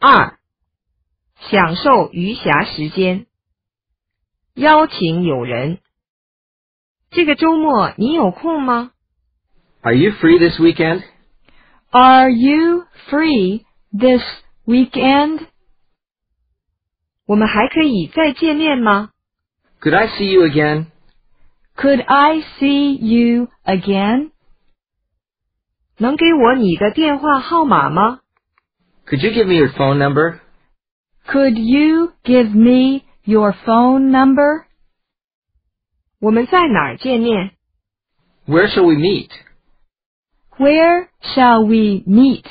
二、享受余暇时间，邀请友人。这个周末你有空吗 Are you free this weekend? ？Are you free this weekend？我们还可以再见面吗？ Could I see you again? Could I see you again? 能给我你的电话号码吗？ Could you give me your phone number? Could you give me your phone number? 我们在哪儿见面？ Where shall we meet? Where shall we meet?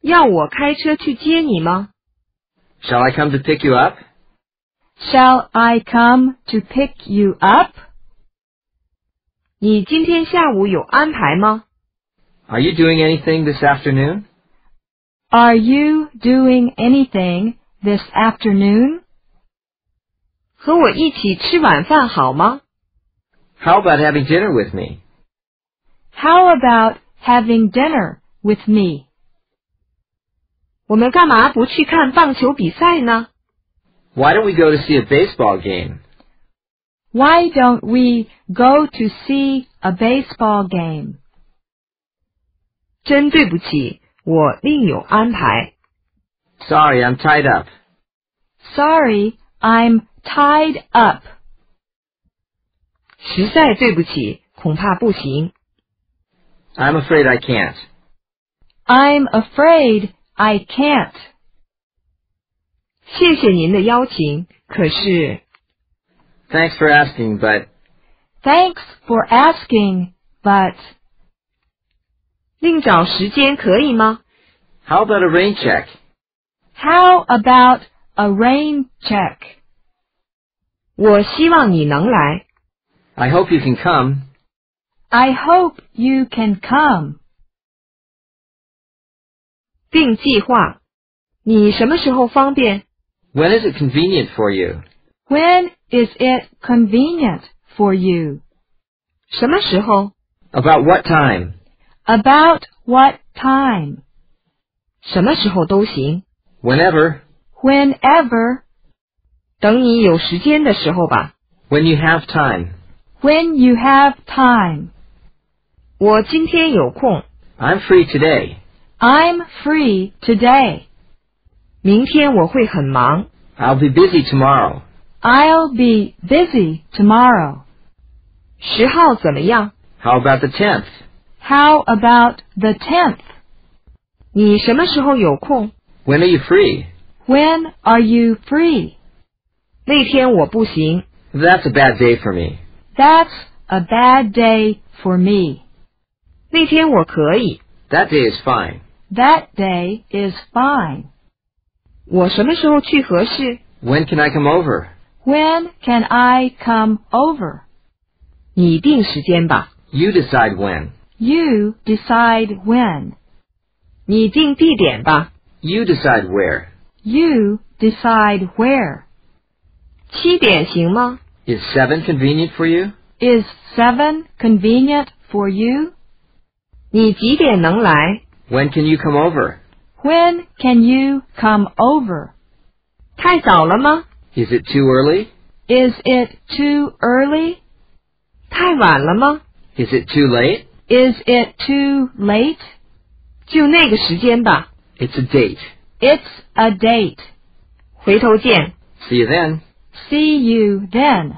要我开车去接你吗？ Shall I come to pick you up? Shall I come to pick you up? 你今天下午有安排吗？ Are you doing anything this afternoon? Are you doing anything this afternoon? 和我一起吃晚饭好吗？ How about having dinner with me? How about having dinner with me? 我们干嘛不去看棒球比赛呢？ Why don't we go to see a baseball game? Why don't we go to see a baseball game? 真对不起，我另有安排。 Sorry, I'm tied up. Sorry, I'm tied up. 实在对不起，恐怕不行。 I'm afraid I can't. I'm afraid I can't. 谢谢您的邀请，可是 Thanks for asking, but Thanks for asking, but 另找时间可以吗？ how about a rain check? how about a rain check? 我希望你能来。 I hope you can come. I hope you can come. 定计划，你什么时候方便？ When is it convenient for you? When is it convenient for you? 什么时候？ About what time? About what time? 什么时候都行。 Whenever. Whenever, 等你有时间的时候吧。 When you have time. when you have time. 我今天有空， I'm free today. I'm free today. 明天我会很忙。 I'll be busy tomorrow. I'll be busy tomorrow. 十号怎么样？ How about the 10th? How about the 10th? 你什么时候有空？ When are you free? When are you free? 那天我不行。 That's a bad day for me. That's a bad day for me. 那天我可以。 That day is fine. That day is fine. 我什么时候去合适？ When can I come over? When can I come over? 你定时间吧。 You decide when. You decide when. 你定地点吧。 You decide where. You decide where. 七点行吗？ Is 7 convenient for you? Is 7 convenient for you? 你几点能来？ When can you come over? When can you come over? 太早了吗？ Is it too early? Is it too early? 太晚了吗？ Is it too late? Is it too late? 就那个时间吧。 It's a date. It's a date. 回头见。 See you then. See you then.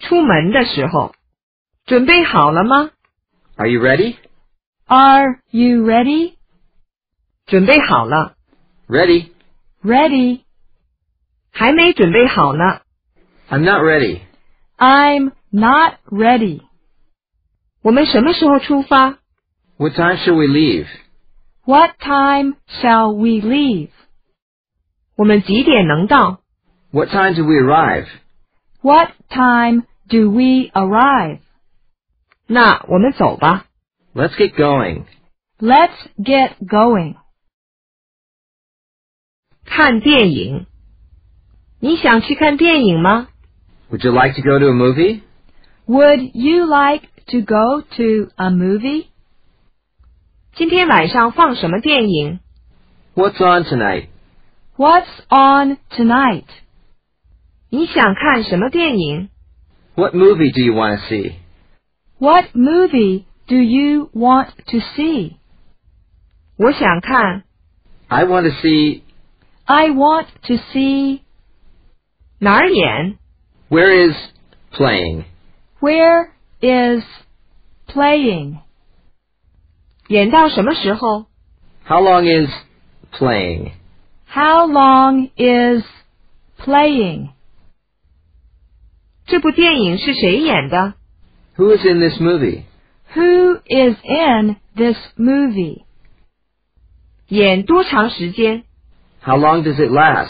出门的时候，准备好了吗？ Are you ready? Are you ready? 准备好了， Ready. Ready. 还没准备好呢。 I'm not ready. I'm not ready. 我们什么时候出发？ What time shall we leave? What time shall we leave? 我们几点能到？ What time do we arrive? What time do we arrive? 那我们走吧。 Let's get going. Let's get going. 看电影。你想去看电影吗？ Would you like to go to a movie? Would you like to go to a movie? 今天晚上放什么电影？ What's on tonight? What's on tonight? 你想看什么电影？ What movie do you want to see? What movie do you want to see? 我想看 I want to see I want to see 哪儿演？ Where is playing? where is playing. 演到什么时候？ How long is playing? How long is playing? 这部电影是谁演的？ Who is in this movie? Who is in this movie? 演多长时间？ How long does it last?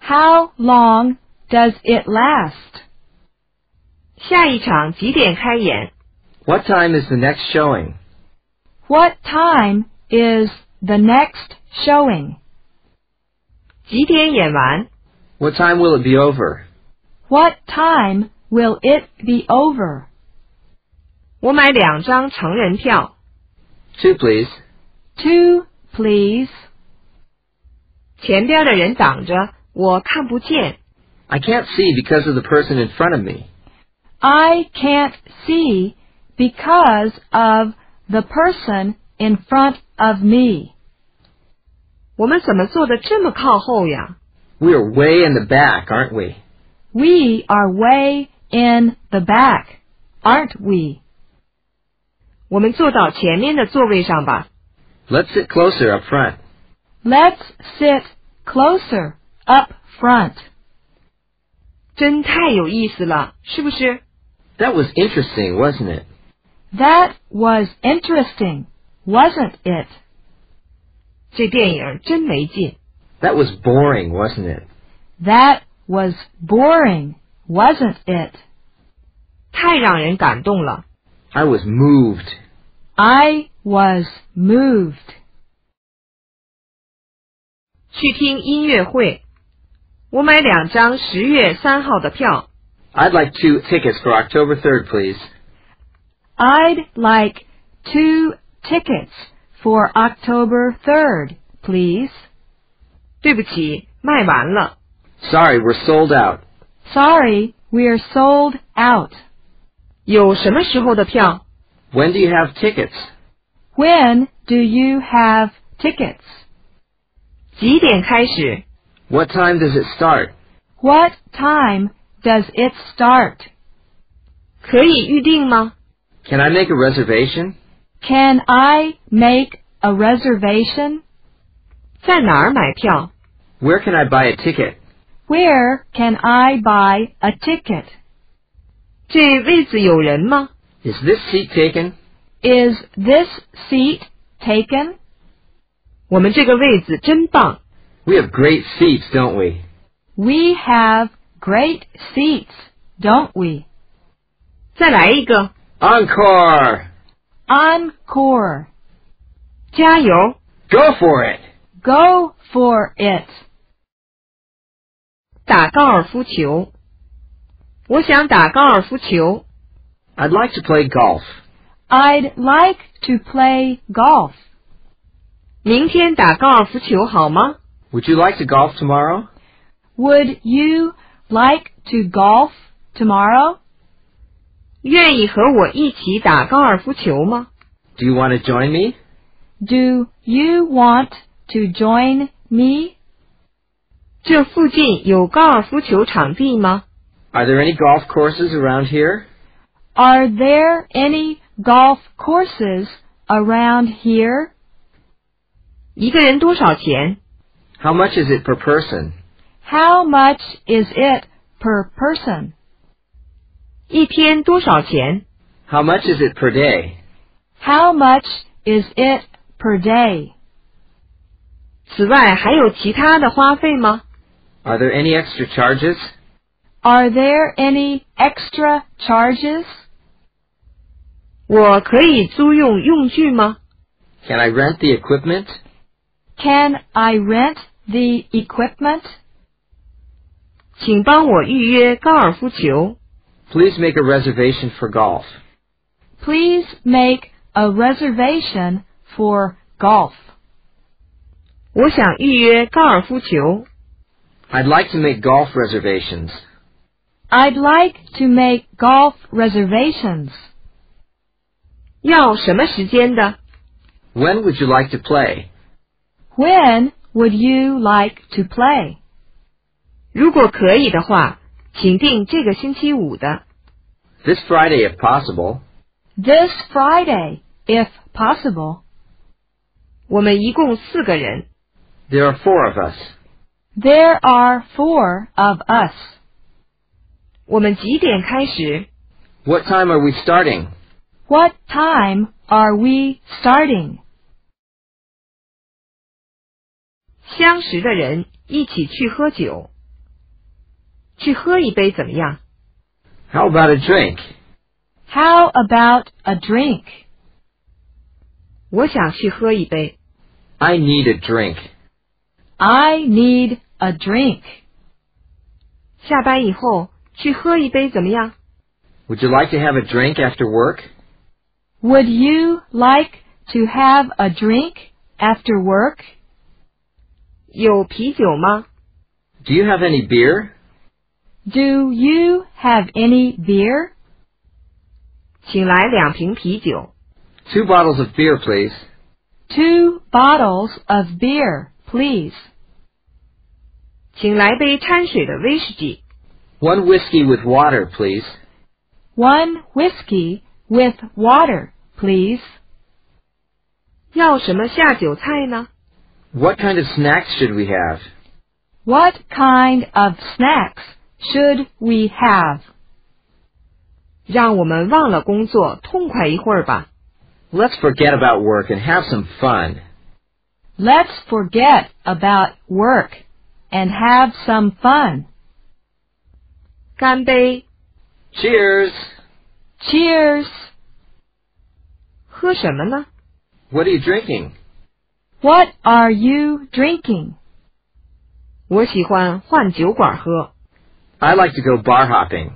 How long does it last? 下一场几点开演？ What time is the next showing? What time is the next showing? 几点演完？ What time will it be over? What time will it be over? 我买两张成人票， Two, please. Two, please. 前边的人挡着，我看不见。 I can't see because of the person in front of me. I can't see because of the person in front of me. 我们怎么坐的这么靠后呀？ We are way in the back, aren't we? We are way in the back, aren't we? 我们坐到前面的座位上吧。 Let's sit closer up front. Let's sit closer up front. 真太有意思了，是不是？ That was interesting, wasn't it? That was interesting, wasn't it? 这电影真没劲。 That was boring, wasn't it? That was boring, wasn't it? 太让人感动了。 I was moved. I was moved. 去听音乐会，我买两张十月三号的票， I'd like two tickets for October 3rd, please. I'd like two tickets for October 3rd, please. 对不起，卖完了。 Sorry, we're sold out. Sorry, we're sold out. 有什么时候的票？ When do you have tickets? When do you have tickets? 几点开始？ What time does it start? What time does it start? 可以预定吗？ Can I make a reservation? Can I make a reservation? 在哪儿买票？ Where can I buy a ticket? Where can I buy a ticket? 这位子有人吗？ Is this seat taken? Is this seat taken? 我们这个位子真棒， We have great seats, don't we? We have great seats, don't we? 再来一个， Encore! Encore. 加油！ Go for it! Go for it. 打高尔夫球，我想打高尔夫球。 I'd like to play golf. I'd like to play golf. 明天打高尔夫球好吗？ Would you like to golf tomorrow? Would you like to golf tomorrow? 愿意和我一起打高尔夫球吗？ Do you want to join me? Do you want to join me? 这附近有高尔夫球场地吗？ Are there any golf courses around here? Are there any golf courses around here? 一个人多少钱？ How much is it per person? How much is it per person? 一天多少钱？ How much is it per day? How much is it per day? 此外还有其他的花费吗？ Are there any extra charges? Are there any extra charges? 我可以租用用具吗？ Can I rent the equipment? Can I rent the equipment? 请帮我预约高尔夫球。 Please make a reservation for golf. Please make a reservation for golf. 我想预约高尔夫球。 I'd like to make golf reservations. I'd like to make golf reservations. 要什么时间的？ When would you like to play? When would you like to play? 如果可以的话，请定这个星期五的。 This Friday if possible. This Friday, if possible. 我们一共四个人， There are four of us. There are four of us. 我们几点开始？ What time are we starting? What time are we starting? 相识的人一起去喝酒，去喝一杯怎么样？ How about a drink? How about a drink? 我想去喝一杯。 I need a drink. I need a drink. 下班以后去喝一杯怎么样？ Would you like to have a drink after work? Would you like to have a drink after work? 有啤酒吗？ Do you have any beer? Do you have any beer? 请来两瓶啤酒。 Two bottles of beer, please. Two bottles of beer, please. 请来杯掺水的威士忌。 One whiskey with water, please. One whiskey with water, please. 要什么下酒菜呢？ What kind of snacks should we have? What kind of snacks should we have? 让我们忘了工作，痛快一会儿吧。 Let's forget about work and have some fun. Let's forget about work and have some fun. 干杯！ Cheers! Cheers! 喝什么呢？ What are you drinking? What are you drinking? 我喜欢换酒馆喝。 I like to go bar hopping.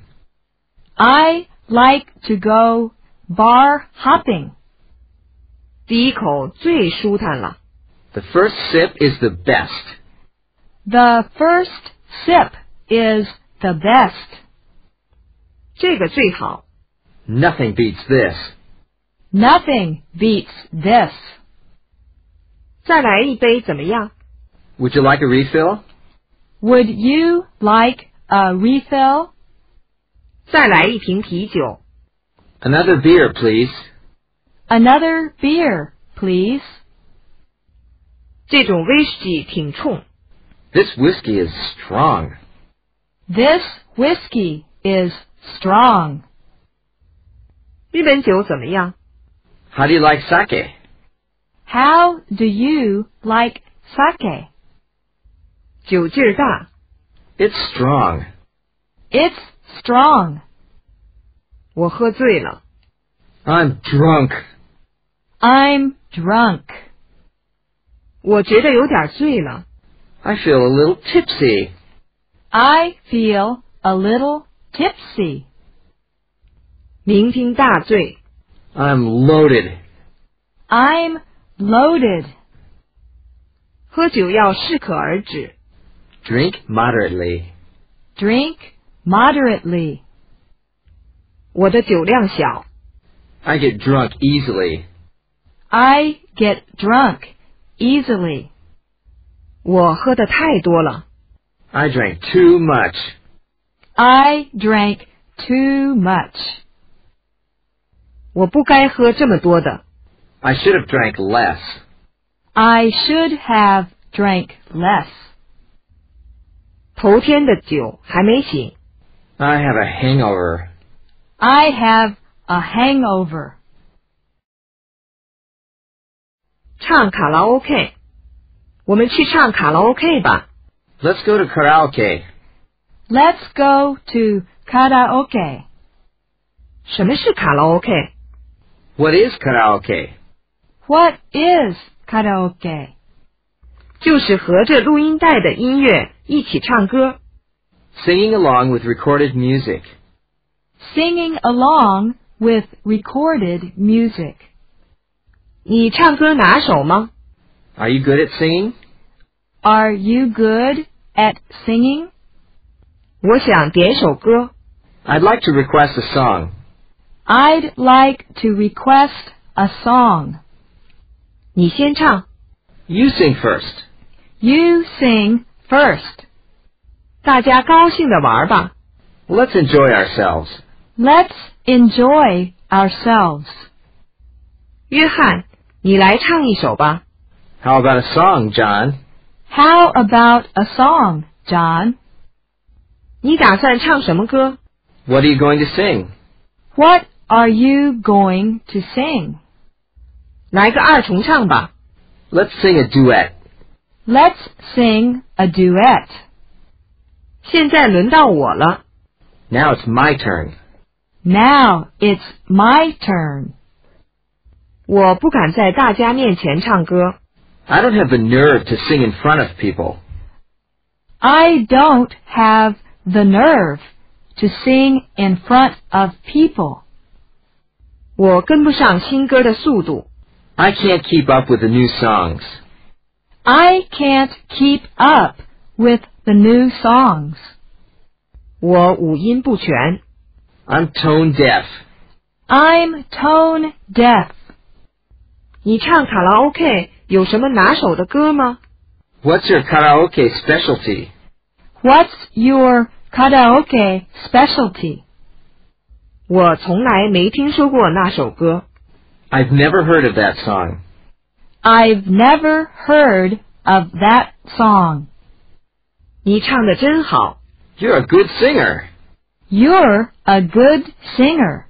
I like to go bar hopping. 第一口最舒坦了。 The first sip is the best. The first sip is the best. 这个最好。 Nothing beats this. Nothing beats this. 再来一杯怎么样？ Would you like a refill? Would you like a refill? 再来一瓶啤酒。 Another beer, please. Another beer, please. 这种威士忌挺冲。 This whiskey is strong. This whiskey is strong. 日本酒怎么样？ How do you like sake? How do you like sake? 酒劲儿大。 It's strong. It's strong. 我喝醉了。 I'm drunk. I'm drunk. 我觉得有点醉了。 I feel a little tipsy. I feel a little tipsy. 酩酊大醉。 I'm loaded. I'm loaded. 喝酒要适可而止。 Drink moderately. Drink moderately. 我的酒量小。 I get drunk easily. I get drunk easily. 我喝的太多了。 I drank too much. I drank too much. 我不该喝这么多的。 I should have drank less. I should have drank less. 头天的酒还没醒。 I have a hangover. I have a hangover. 唱卡拉 OK，我们去唱卡拉 OK 吧。 Let's go to karaoke. Let's go to karaoke. 什么是卡拉 OK？ What is karaoke? What is karaoke? 就是合着录音带的音乐一起唱歌。 Singing along with recorded music. Singing along with recorded music. 你唱歌拿手吗？ Are you good at singing? Are you good at singing? 我想点首歌。 I'd like to request a song. I'd like to request a song. 你先唱， You sing first. You sing first. 大家高兴的玩吧。 Let's enjoy ourselves. Let's enjoy ourselves. 约翰，你来唱一首吧。 How about a song, John? How about a song, John? 你打算唱什么歌？ What are you going to sing? What are you going to sing? 来个二重唱吧。 Let's sing a duet. Let's sing a duet. 现在轮到我了， Now it's my turn. Now it's my turn. 我不敢在大家面前唱歌， I don't have the nerve to sing in front of people. I don't have the nerve to sing in front of people. 我跟不上新歌的速度。 I can't keep up with the new songs. I can't keep up with the new songs. 我五音不全， I'm tone deaf. I'm tone deaf. 你唱卡拉 OK 有什么拿手的歌吗？ What's your karaoke specialty? What's your karaoke specialty? 我从来没听说过那首歌。 I've never heard of that song. I've never heard of that song. 你唱的真好， You're a good singer. You're a good singer.